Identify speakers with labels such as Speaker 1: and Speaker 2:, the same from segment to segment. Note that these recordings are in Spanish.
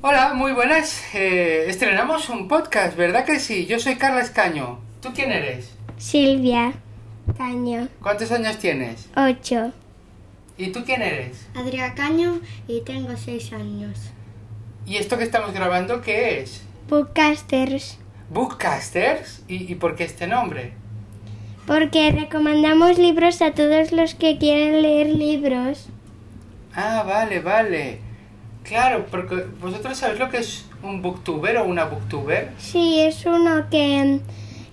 Speaker 1: Hola, muy buenas. Eh, estrenamos un podcast, ¿verdad que sí? Yo soy Carla Escaño. ¿Tú quién eres?
Speaker 2: Silvia Caño,
Speaker 1: ¿Cuántos años tienes?
Speaker 2: 8.
Speaker 1: ¿Y tú quién eres?
Speaker 2: Adrián Caño y tengo 6 años.
Speaker 1: ¿Y esto que estamos grabando qué es?
Speaker 2: Bookcasters,
Speaker 1: ¿Bookcasters? ¿Y, y por qué este nombre?
Speaker 2: porque recomendamos libros a todos los que quieren leer libros.
Speaker 1: Ah, vale, vale. Claro, porque vosotros sabéis lo que es un booktuber o una booktuber.
Speaker 2: Sí, es uno que,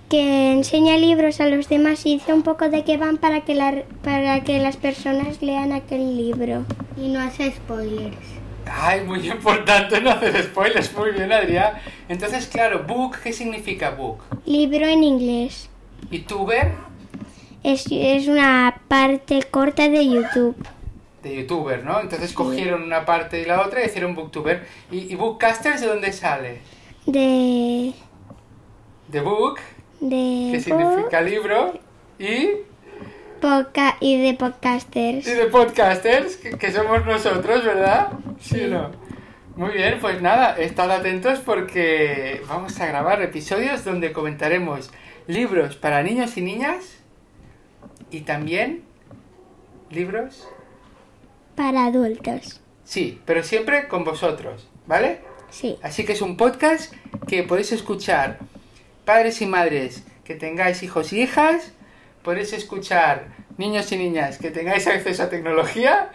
Speaker 2: que enseña libros a los demás y dice un poco de qué van para que, la- para que las personas lean aquel libro. Y no hace spoilers.
Speaker 1: Ay, muy importante no hacer spoilers. Muy bien, Adrián. Entonces, claro, book, ¿qué significa book?
Speaker 2: Libro en inglés.
Speaker 1: ¿Y tuber?
Speaker 2: Es, es una parte corta de YouTube.
Speaker 1: De youtuber, ¿no? Entonces cogieron una parte y la otra y hicieron booktuber. ¿Y, y bookcasters de dónde sale?
Speaker 2: De...
Speaker 1: De book,
Speaker 2: de
Speaker 1: que significa libro, y,
Speaker 2: Poca y de
Speaker 1: y
Speaker 2: podcasters.
Speaker 1: de podcasters, que, que somos nosotros, ¿verdad? Sí, o no. Muy bien, pues nada, estad atentos porque vamos a grabar episodios donde comentaremos libros para niños y niñas y también libros,
Speaker 2: Para adultos.
Speaker 1: sí, pero siempre con vosotros, ¿vale?
Speaker 2: Sí.
Speaker 1: Así que es un podcast que podéis escuchar padres y madres que tengáis hijos y hijas, podéis escuchar niños y niñas que tengáis acceso a tecnología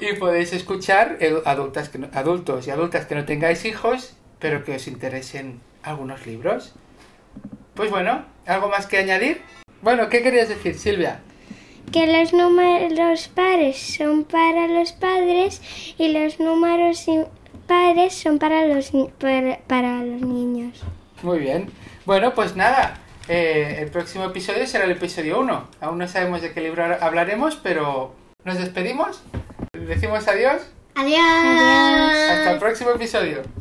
Speaker 1: y podéis escuchar edu- adultas que no- adultos y adultas que no tengáis hijos, pero que os interesen algunos libros. Pues bueno, ¿algo más que añadir? Bueno, ¿qué querías decir, Silvia?
Speaker 2: Que los números pares son para los padres y los números impares son para los, ni- para, para los niños.
Speaker 1: Muy bien. Bueno, pues nada, eh, el próximo episodio será el episodio 1. Aún no sabemos de qué libro hablaremos, pero nos despedimos, decimos adiós,
Speaker 2: Adiós.
Speaker 1: hasta el próximo episodio.